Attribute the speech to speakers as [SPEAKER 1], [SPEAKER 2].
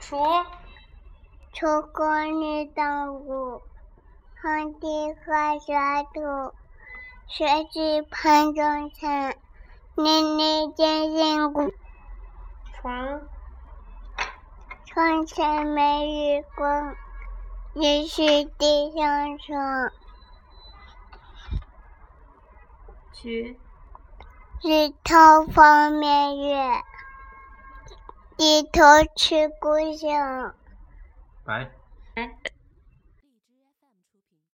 [SPEAKER 1] 说，
[SPEAKER 2] 초콜릿 당구, 헌티가 샤도, 쇠지 판정차, 니니 젠진구,
[SPEAKER 1] 从
[SPEAKER 2] 천체매일공, 일시대상청,
[SPEAKER 1] 举
[SPEAKER 2] 日头方面月，低头吃故乡。
[SPEAKER 3] 白。
[SPEAKER 1] 哎